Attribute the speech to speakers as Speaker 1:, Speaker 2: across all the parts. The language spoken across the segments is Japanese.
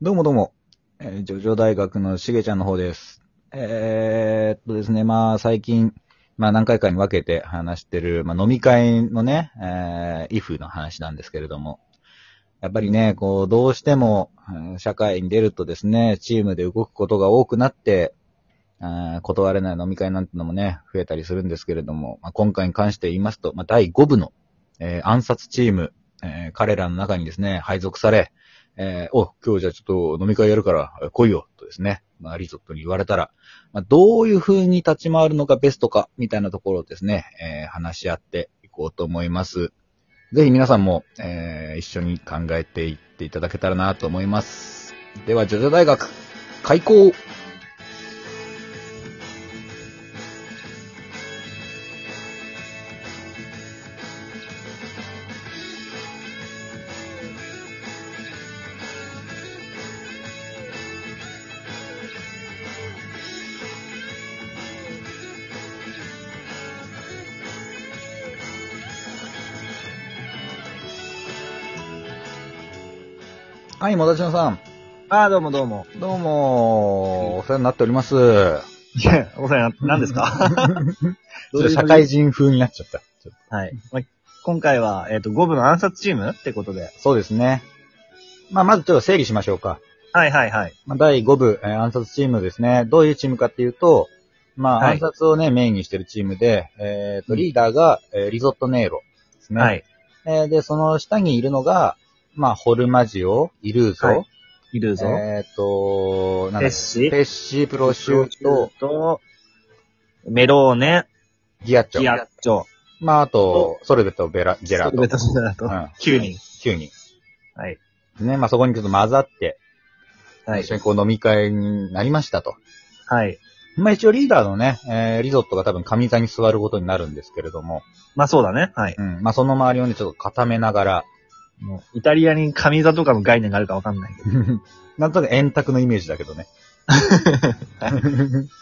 Speaker 1: どうもどうも。えー、ジョジョ大学のしげちゃんの方です。えー、っとですね、まあ最近、まあ何回かに分けて話してる、まあ飲み会のね、えー、イフの話なんですけれども。やっぱりね、こう、どうしても、うん社会に出るとですね、チームで動くことが多くなって、あー断れない飲み会なんてのもね、増えたりするんですけれども、まあ、今回に関して言いますと、まあ、第5部の、えー暗殺チーム、えー彼らの中にですね、配属され、えーお、今日じゃあちょっと飲み会やるからえー来いよ、とですね、まあ、リゾットに言われたら、まあ、どういう風に立ち回るのがベストか、みたいなところをですね、えー話し合っていこうと思います。ぜひ皆さんも、えー一緒に考えていっていただけたらなと思います。では、ジョジョ大学、開校はい、もだちのさん。
Speaker 2: ああ、どうもどうも。
Speaker 1: どうも、お世話になっております。ち
Speaker 2: いや、お世話にな、何ですか
Speaker 1: ょっと社会人風になっちゃった。ちょっ
Speaker 2: はい。まあ今回は、えっ、と、5部の暗殺チームってことで。
Speaker 1: とそうですね。まあ、まずちょっと整理しましょうか。
Speaker 2: はいはいはい。
Speaker 1: まあ、第5部、えー暗殺チームですね。どういうチームかっていうと、まあ、
Speaker 2: はい
Speaker 1: 暗殺をね、メインにしてるチームで、えっ、と、リーダーが、えーリゾットネイロですね。
Speaker 2: はい。
Speaker 1: えーで、その下にいるのが、まあ、ホルマジオ、イルーゾ、
Speaker 2: はいいるぞ。
Speaker 1: えっ、と、なん
Speaker 2: ペ
Speaker 1: だっけ
Speaker 2: ッシ
Speaker 1: ペッシープロシュート、
Speaker 2: と、メローネ、
Speaker 1: ギアッチョ。
Speaker 2: ギアッチョ、
Speaker 1: まあ、あと、ソルベット、ベラ、ジェラー
Speaker 2: ス
Speaker 1: ト。
Speaker 2: トベトジェラー
Speaker 1: う
Speaker 2: ト。
Speaker 1: ん
Speaker 2: 9人。
Speaker 1: 9人。
Speaker 2: はい。
Speaker 1: ね、まあ、そこにちょっと混ざって、
Speaker 2: はい
Speaker 1: 一。緒にこう飲み会になりましたと。
Speaker 2: はい。
Speaker 1: まあ、一応リーダーのね、えーリゾットが多分上座に座ることになるんですけれども、
Speaker 2: まあそうだね。はい。
Speaker 1: うん。まあ、その周りをね、ちょっと固めながら、
Speaker 2: もうイタリアに神座とかの概念があるかわかんないけど。
Speaker 1: なんとなく円卓のイメージだけど ね。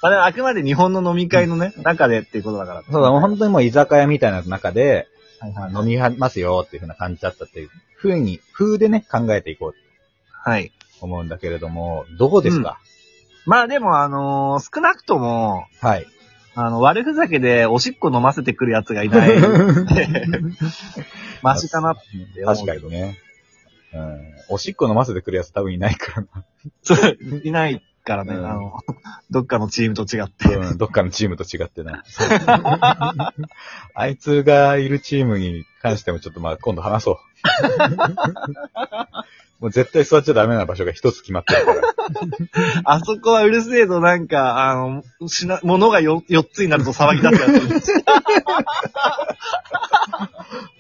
Speaker 2: あれはあくまで日本の飲み会のね、中でっていうことだから。
Speaker 1: そうだ、もう本当にもう居酒屋みたいな中で、
Speaker 2: はいはい
Speaker 1: 飲みますよっていう風な感じだったっていう風に、風でね、考えていこう
Speaker 2: はい。
Speaker 1: と思うんだけれども、どうですか、
Speaker 2: まあでも、あのー少なくとも、
Speaker 1: はい。
Speaker 2: あの、悪ふざけでおしっこ飲ませてくるやつがいない。 マシかなって思う
Speaker 1: 確かにね。うん。おしっこ飲ませてくるやつ多分いないから
Speaker 2: そういないからね、
Speaker 1: うん
Speaker 2: あの、どっかのチームと違って。
Speaker 1: うん、どっかのチームと違ってな。 あいつがいるチームに関してもちょっとまあ今度話そう。もう絶対座っちゃダメな場所が一つ決まってるから。
Speaker 2: あそこはうるせえとなんか、あの、しな、物がよ、4つになると騒ぎ立っ てやつ。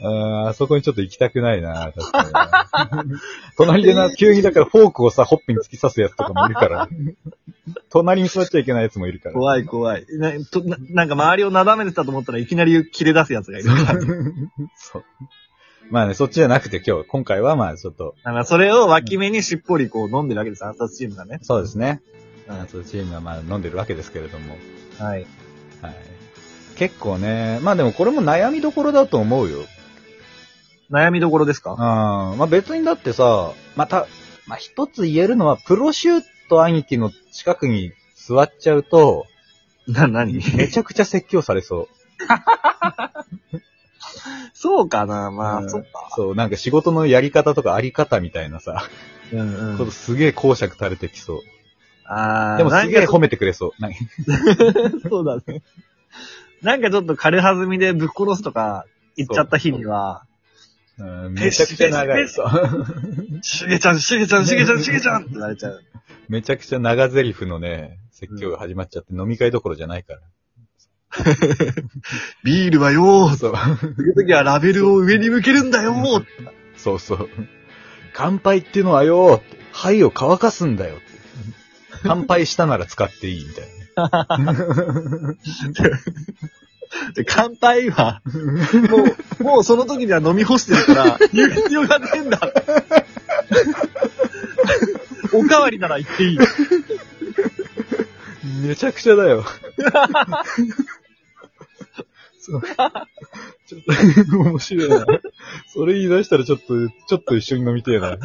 Speaker 1: うんあそこにちょっと行きたくないな、確かに。隣でな、急にだからフォークをさ、ほっぺに突き刺すやつとかもいるから。隣に座っちゃいけないやつもいるから。
Speaker 2: 怖い怖いなとな。なんか周りをなだめてたと思ったらいきなり切れ出すやつがいるから。
Speaker 1: そう。まあね、そっちじゃなくて今日、今回はまあちょっと、
Speaker 2: だからそれを脇目にしっぽりこう飲んでるわけです、暗殺チームがね。
Speaker 1: そうですね。
Speaker 2: うん
Speaker 1: 夏チームはまあ飲んでるわけですけれども。
Speaker 2: はい。
Speaker 1: はい。結構ね、まあでもこれも悩みどころだと思うよ。
Speaker 2: 悩みどころです
Speaker 1: うん。
Speaker 2: か
Speaker 1: まあ別にだってさ、また、まあ一つ言えるのは、プロシュート兄貴の近くに座っちゃうと、
Speaker 2: な、何
Speaker 1: めちゃくちゃ説教されそう。
Speaker 2: そうかなまあ、
Speaker 1: うん
Speaker 2: そっか。
Speaker 1: そう、なんか仕事のやり方とかあり方みたいなさ、
Speaker 2: うん
Speaker 1: ちょっと。すげえ講釈されてきそう。
Speaker 2: あー
Speaker 1: でもすげ
Speaker 2: な
Speaker 1: え
Speaker 2: んか
Speaker 1: 褒めてくれそう。なんか
Speaker 2: そうだね。なんかちょっと軽はずみでぶっ殺すとか言っちゃった日には、
Speaker 1: うんめちゃくちゃ長い。
Speaker 2: ペシ
Speaker 1: そう
Speaker 2: しげちゃん、しげちゃん、しげちゃん、しげちゃんって言われちゃう。
Speaker 1: めちゃくちゃ長台詞のね、説教が始まっちゃって飲み会どころじゃないから。
Speaker 2: ビールはよー
Speaker 1: そう。
Speaker 2: という時はラベルを上に向けるんだよー
Speaker 1: そうそう。乾杯っていうのはよ、肺を乾かすんだよ。乾杯したなら使っていいみたい
Speaker 2: で乾杯は、
Speaker 1: な。
Speaker 2: もう、もうその時には飲み干してるから、言う必要がねえんだ。おかわりなら言っていい。
Speaker 1: めちゃくちゃだよ。そうちょっと、面白いな。それ言い出したらちょっと、ちょっと一緒に飲みてえな。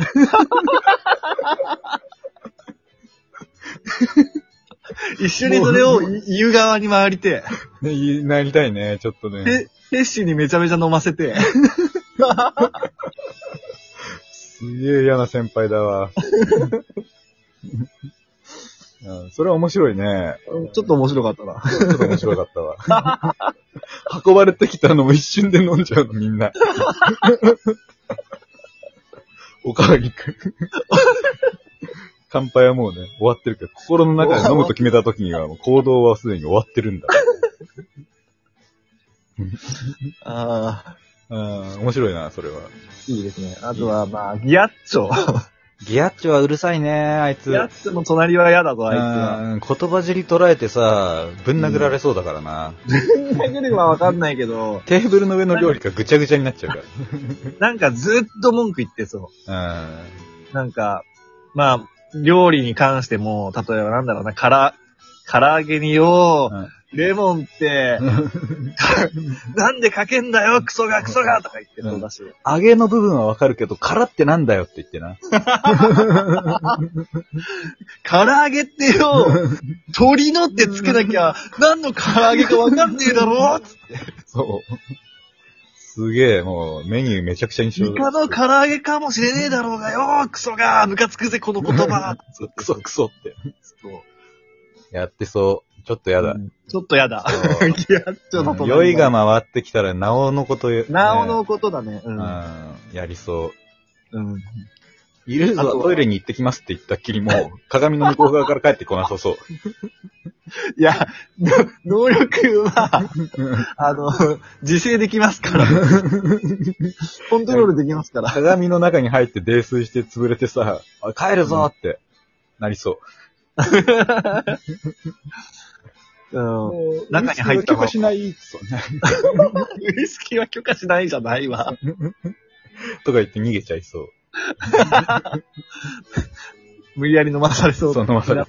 Speaker 2: 一緒にそれを言う側に回りて、
Speaker 1: ね、なりたいね、ちょっとね。
Speaker 2: で、フェッシーにめちゃめちゃ飲ませて、
Speaker 1: すげえ嫌な先輩だ わ。うんそれは面白いね。
Speaker 2: ちょっと面白かったな。
Speaker 1: ちょっと面白かったわ。運ばれてきたのも一瞬で飲んじゃうの、みんな。おかわりくん。乾杯はもうね、終わってるけど、心の中で飲むと決めた時には、もう行動はすでに終わってるんだ。
Speaker 2: ああ、
Speaker 1: あん、面白いな、それは。
Speaker 2: いいですね。あとは、まあ、ギャッチョ。
Speaker 1: ギアッチョはうるさいね、あいつ
Speaker 2: ギャッチョの隣は嫌だぞ、あいつは。
Speaker 1: うん言葉尻捉えてさ、ぶん殴られそうだからな。
Speaker 2: 殴りはわかんないけど、
Speaker 1: テーブルの上の料理がぐちゃぐちゃになっちゃうか
Speaker 2: なんかずっと文句言ってそう。
Speaker 1: ら。うん。
Speaker 2: なんか、まあ、料理に関しても、例えばなんだろうな、から、唐揚げによ、
Speaker 1: うん
Speaker 2: レモンって、なんでかけんだよ、クソがクソがとか言ってそうだし。
Speaker 1: 揚げの部分はわかるけど、殻ってなんだよって言ってな。
Speaker 2: 唐揚げってよ、鳥のってつけなきゃ、何の唐揚げかわかんねえだろつっ
Speaker 1: そう。すげえ、もう、メニューめちゃくちゃにしよ
Speaker 2: て
Speaker 1: う。
Speaker 2: イカの唐揚げかもしれねえだろうがよ、クソがムカつくぜ、この言葉
Speaker 1: そうクソクソって。
Speaker 2: そう
Speaker 1: やってそう。ちょっとや だ。
Speaker 2: ちょっとやだ。
Speaker 1: そう
Speaker 2: いや、ちょっと。
Speaker 1: 酔いが。回ってきたら、なおのこと、ね
Speaker 2: なおの、ことだね。う。
Speaker 1: うんん、やりそう。
Speaker 2: うん。
Speaker 1: いる
Speaker 2: あと
Speaker 1: ぞ、
Speaker 2: は
Speaker 1: トイレに行ってきますって言ったっきりも、鏡の向こう側から帰ってこなさ そう。
Speaker 2: いや、の能力は、あの、自制できますから。コントロールできますから。
Speaker 1: 鏡の中に入って泥酔して潰れてさ、あ帰るぞって、なりそう。
Speaker 2: うん。中に入った
Speaker 1: もうウイスキーは許可しないそうね
Speaker 2: ウイスキーは許可しないじゃないわ。
Speaker 1: とか言って逃げちゃいそう。
Speaker 2: 無理やり飲まされそう。
Speaker 1: そう、飲まされ、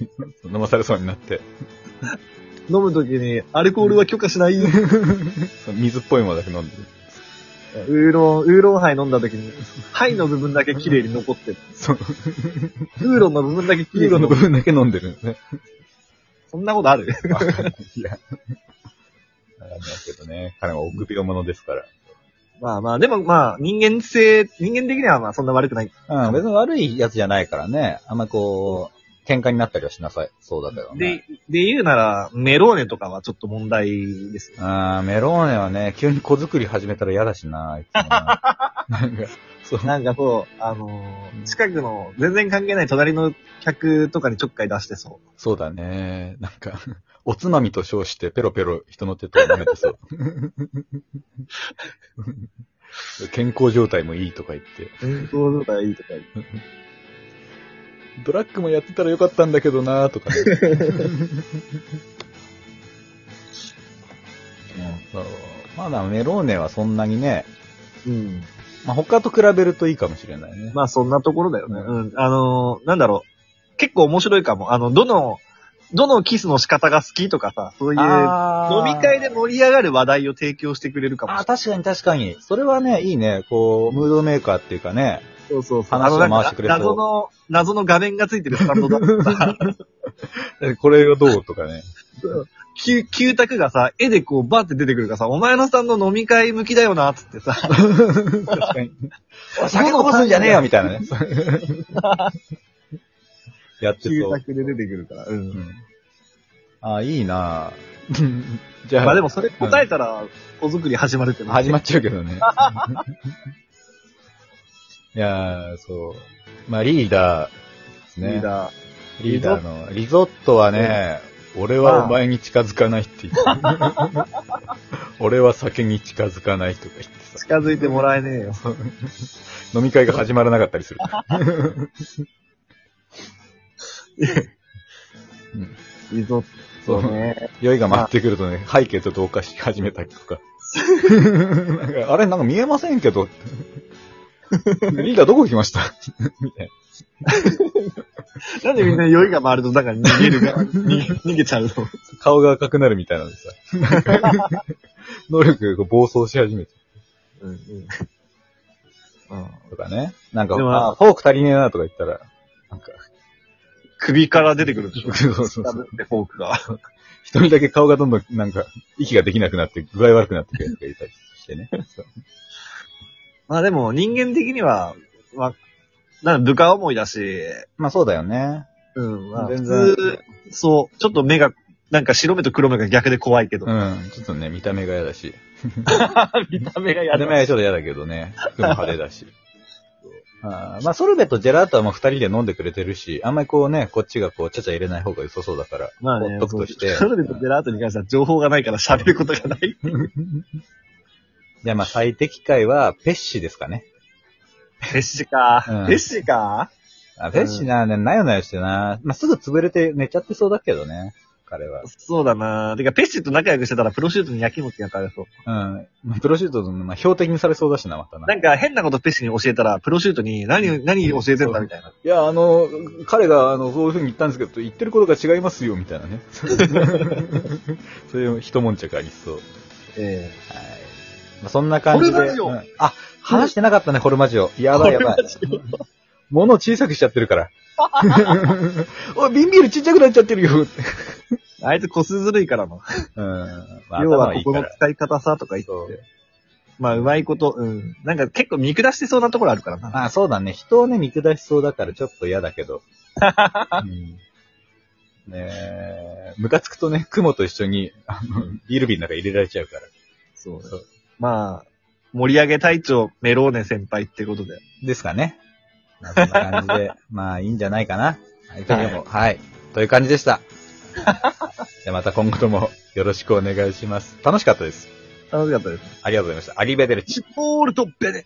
Speaker 1: 飲まされそうになって。
Speaker 2: 飲むときに、アルコールは許可しない。ウ
Speaker 1: そう水っぽいものだけ飲んでる。
Speaker 2: ーロン、ウーロンハイ飲んだときに、ハイの部分だけ綺麗に残ってる。
Speaker 1: そう、
Speaker 2: ウーロンの部分だけ綺
Speaker 1: ユー
Speaker 2: 麗
Speaker 1: ロ
Speaker 2: に
Speaker 1: の
Speaker 2: 残っ
Speaker 1: 部
Speaker 2: てる。
Speaker 1: 分だけ飲んでるんですね。
Speaker 2: そんなことある
Speaker 1: わかんないいや。わかんないけどね。彼は臆病者ですから。
Speaker 2: まあまあ、でもまあ、人間性、人間的にはまあそんな悪くない。
Speaker 1: うん、別に悪いやつじゃないからね。あんまこう、喧嘩になったりはしなさい。そうだけどね。
Speaker 2: で、で言うなら、メローネとかはちょっと問題ですよ。
Speaker 1: あーメローネはね、急に子作り始めたら嫌だしな、あいつ もななんか、そう。
Speaker 2: なんかそう、あのー近くの、全然関係ない隣の客とかにちょっかい出してそ
Speaker 1: そうだね。なんか、 おつまみと称してペロペロ人の手と舐めてそう。 健康状態もいいとか言って。
Speaker 2: う。運動状態いいとか言って
Speaker 1: ドラッグもやってたらよかったんだけどなーとかね。そうまだメローネはそんなにね、
Speaker 2: うん。
Speaker 1: まあ、他と比べるといいかもしれないね。
Speaker 2: まあそんなところだよね。うん。あのーなんだろう。結構面白いかも。あの、どの、どのキスの仕方が好きとかさ、そういう、飲
Speaker 1: あー
Speaker 2: み会で盛り上がる話題を提供してくれるかも
Speaker 1: あー、
Speaker 2: し
Speaker 1: 確かに確かに。それはね、いいね。こう、ムードメーカーっていうかね。
Speaker 2: れない。そうそう
Speaker 1: そう
Speaker 2: あの、なん
Speaker 1: 話を回し
Speaker 2: か
Speaker 1: てくれそう
Speaker 2: 謎の、謎の画面がついてるスタンドだったさ
Speaker 1: えこれがどうとかね。
Speaker 2: 旧、旧宅がさ、絵でこうバーって出てくるからさ、お前のスタンド飲み会向きだよな、つっ てさ。
Speaker 1: 確かに。お酒こぼすんじゃねえよみたい なね。やって
Speaker 2: 旧
Speaker 1: そう。
Speaker 2: 宅で出てくるから。う。
Speaker 1: うんん、あー、いいな あじゃあ、
Speaker 2: まあでもそれ答えたら、お作り始まるって
Speaker 1: 始ま
Speaker 2: っ
Speaker 1: っちゃうけどね。 いやー、そう。まあ、リーダーです
Speaker 2: て
Speaker 1: ね。
Speaker 2: リーダー。
Speaker 1: リーダーの。リゾットはね、俺はお前に近づかないって言って。 俺は酒に近づかないとか言ってさ。
Speaker 2: 近づいてもらえねえよ。
Speaker 1: 飲み会が始まらなかったりする。
Speaker 2: リゾッ
Speaker 1: そ
Speaker 2: ト
Speaker 1: う。
Speaker 2: ね。
Speaker 1: 酔いが回ってくるとね、背景ちょっとおかし始めたりとか。なんかあれなんか見えませんけど。リーダーどこ行きましたみたい
Speaker 2: なんでみんな酔いが回ると、だから逃げる が、逃げ逃げちゃうの。
Speaker 1: な。顔が赤くなるみたいなのでさ。能力が暴走し始めて
Speaker 2: うんうん。
Speaker 1: とかね。なんか、
Speaker 2: でも
Speaker 1: あフォーク足りねえなとか言ったら、なんか、
Speaker 2: 首から出てくるでしょ。
Speaker 1: そうそうそう
Speaker 2: ダブってフォークが。
Speaker 1: 一人だけ顔がどんどんなんか、息ができなくなって、具合悪くなってくるやつがいたりしてね。そう
Speaker 2: まあでも人間的には、まあ、なんか部下思いだし、
Speaker 1: まあそうだよね。
Speaker 2: うん、まあ
Speaker 1: 全
Speaker 2: 普
Speaker 1: 然
Speaker 2: 通、そう、ちょっと目が、なんか白目と黒目が逆で怖いけど、
Speaker 1: うん。ちょっとね、見た目が嫌だし。
Speaker 2: 見た目が
Speaker 1: 見
Speaker 2: や
Speaker 1: た
Speaker 2: だ
Speaker 1: 目はちょっと嫌だけどね。服も派手だし。 あーまあ、ソルベとジェラートはもう二人で飲んでくれてるし、あんまりこうね、こっちがこう、ちゃちゃ入れない方が良さそうだから。
Speaker 2: ま
Speaker 1: ほっとくとして
Speaker 2: それでベラートに関しては情報がないから喋ること がない。
Speaker 1: じゃあまあ、最適解は、ペッシですかね。
Speaker 2: フェッシュか。
Speaker 1: うん
Speaker 2: フェッシュか
Speaker 1: あペッシな、ね、なよなよしてな。まあ、すぐ潰れて寝ちゃってそうだけどね。彼は。
Speaker 2: そうだなてか、ペッシュと仲良くしてたらプロシュートに焼きもち焼かれそう。
Speaker 1: うん。まあプロシュートの、まあ、標的にされそうだしな、またな。
Speaker 2: なんか変なことペッシュに教えたら、プロシュートに何、何教えてんだみたいな。
Speaker 1: いや、あの、彼が、あの、そういうふうに言ったんですけど、言ってることが違いますよ、みたいな ね。そういう一悶着ありそう。はい。
Speaker 2: え
Speaker 1: まあ、そんな感じで。
Speaker 2: ホルマジオ
Speaker 1: うんあ、話してなかった ね、ホルマジオ。やばいやばい。物を小さくしちゃってる から。おい、瓶ビールちっちゃくなっちゃってるよ。
Speaker 2: えあいつコスずるいからの。
Speaker 1: うん。まあ
Speaker 2: 要
Speaker 1: 頭
Speaker 2: はい
Speaker 1: い
Speaker 2: ここ
Speaker 1: か
Speaker 2: の
Speaker 1: ら。
Speaker 2: 使い方さとか言
Speaker 1: そ
Speaker 2: っ
Speaker 1: う
Speaker 2: て。まあ、うまいこと、うん。なんか結構見下してそうなところあるからな。
Speaker 1: まあそうだね。人をね、見下しそうだからちょっと嫌だ けど。うんねえ、ムカつくとね、雲と一緒に、あの、ビール瓶の中に入れられちゃうから。
Speaker 2: そう
Speaker 1: そう
Speaker 2: まあ、盛り上げ隊長メローネ先輩ってことで。
Speaker 1: ですかね。まあそんな感 じで、まあいいんじゃないかな。はい。という,、はい、という感じでした。じゃあまた今後ともよろしくお願いします。楽しかったです。
Speaker 2: 楽しかったです。
Speaker 1: ありがとうございました。アリベデルチ。
Speaker 2: ボールとベネ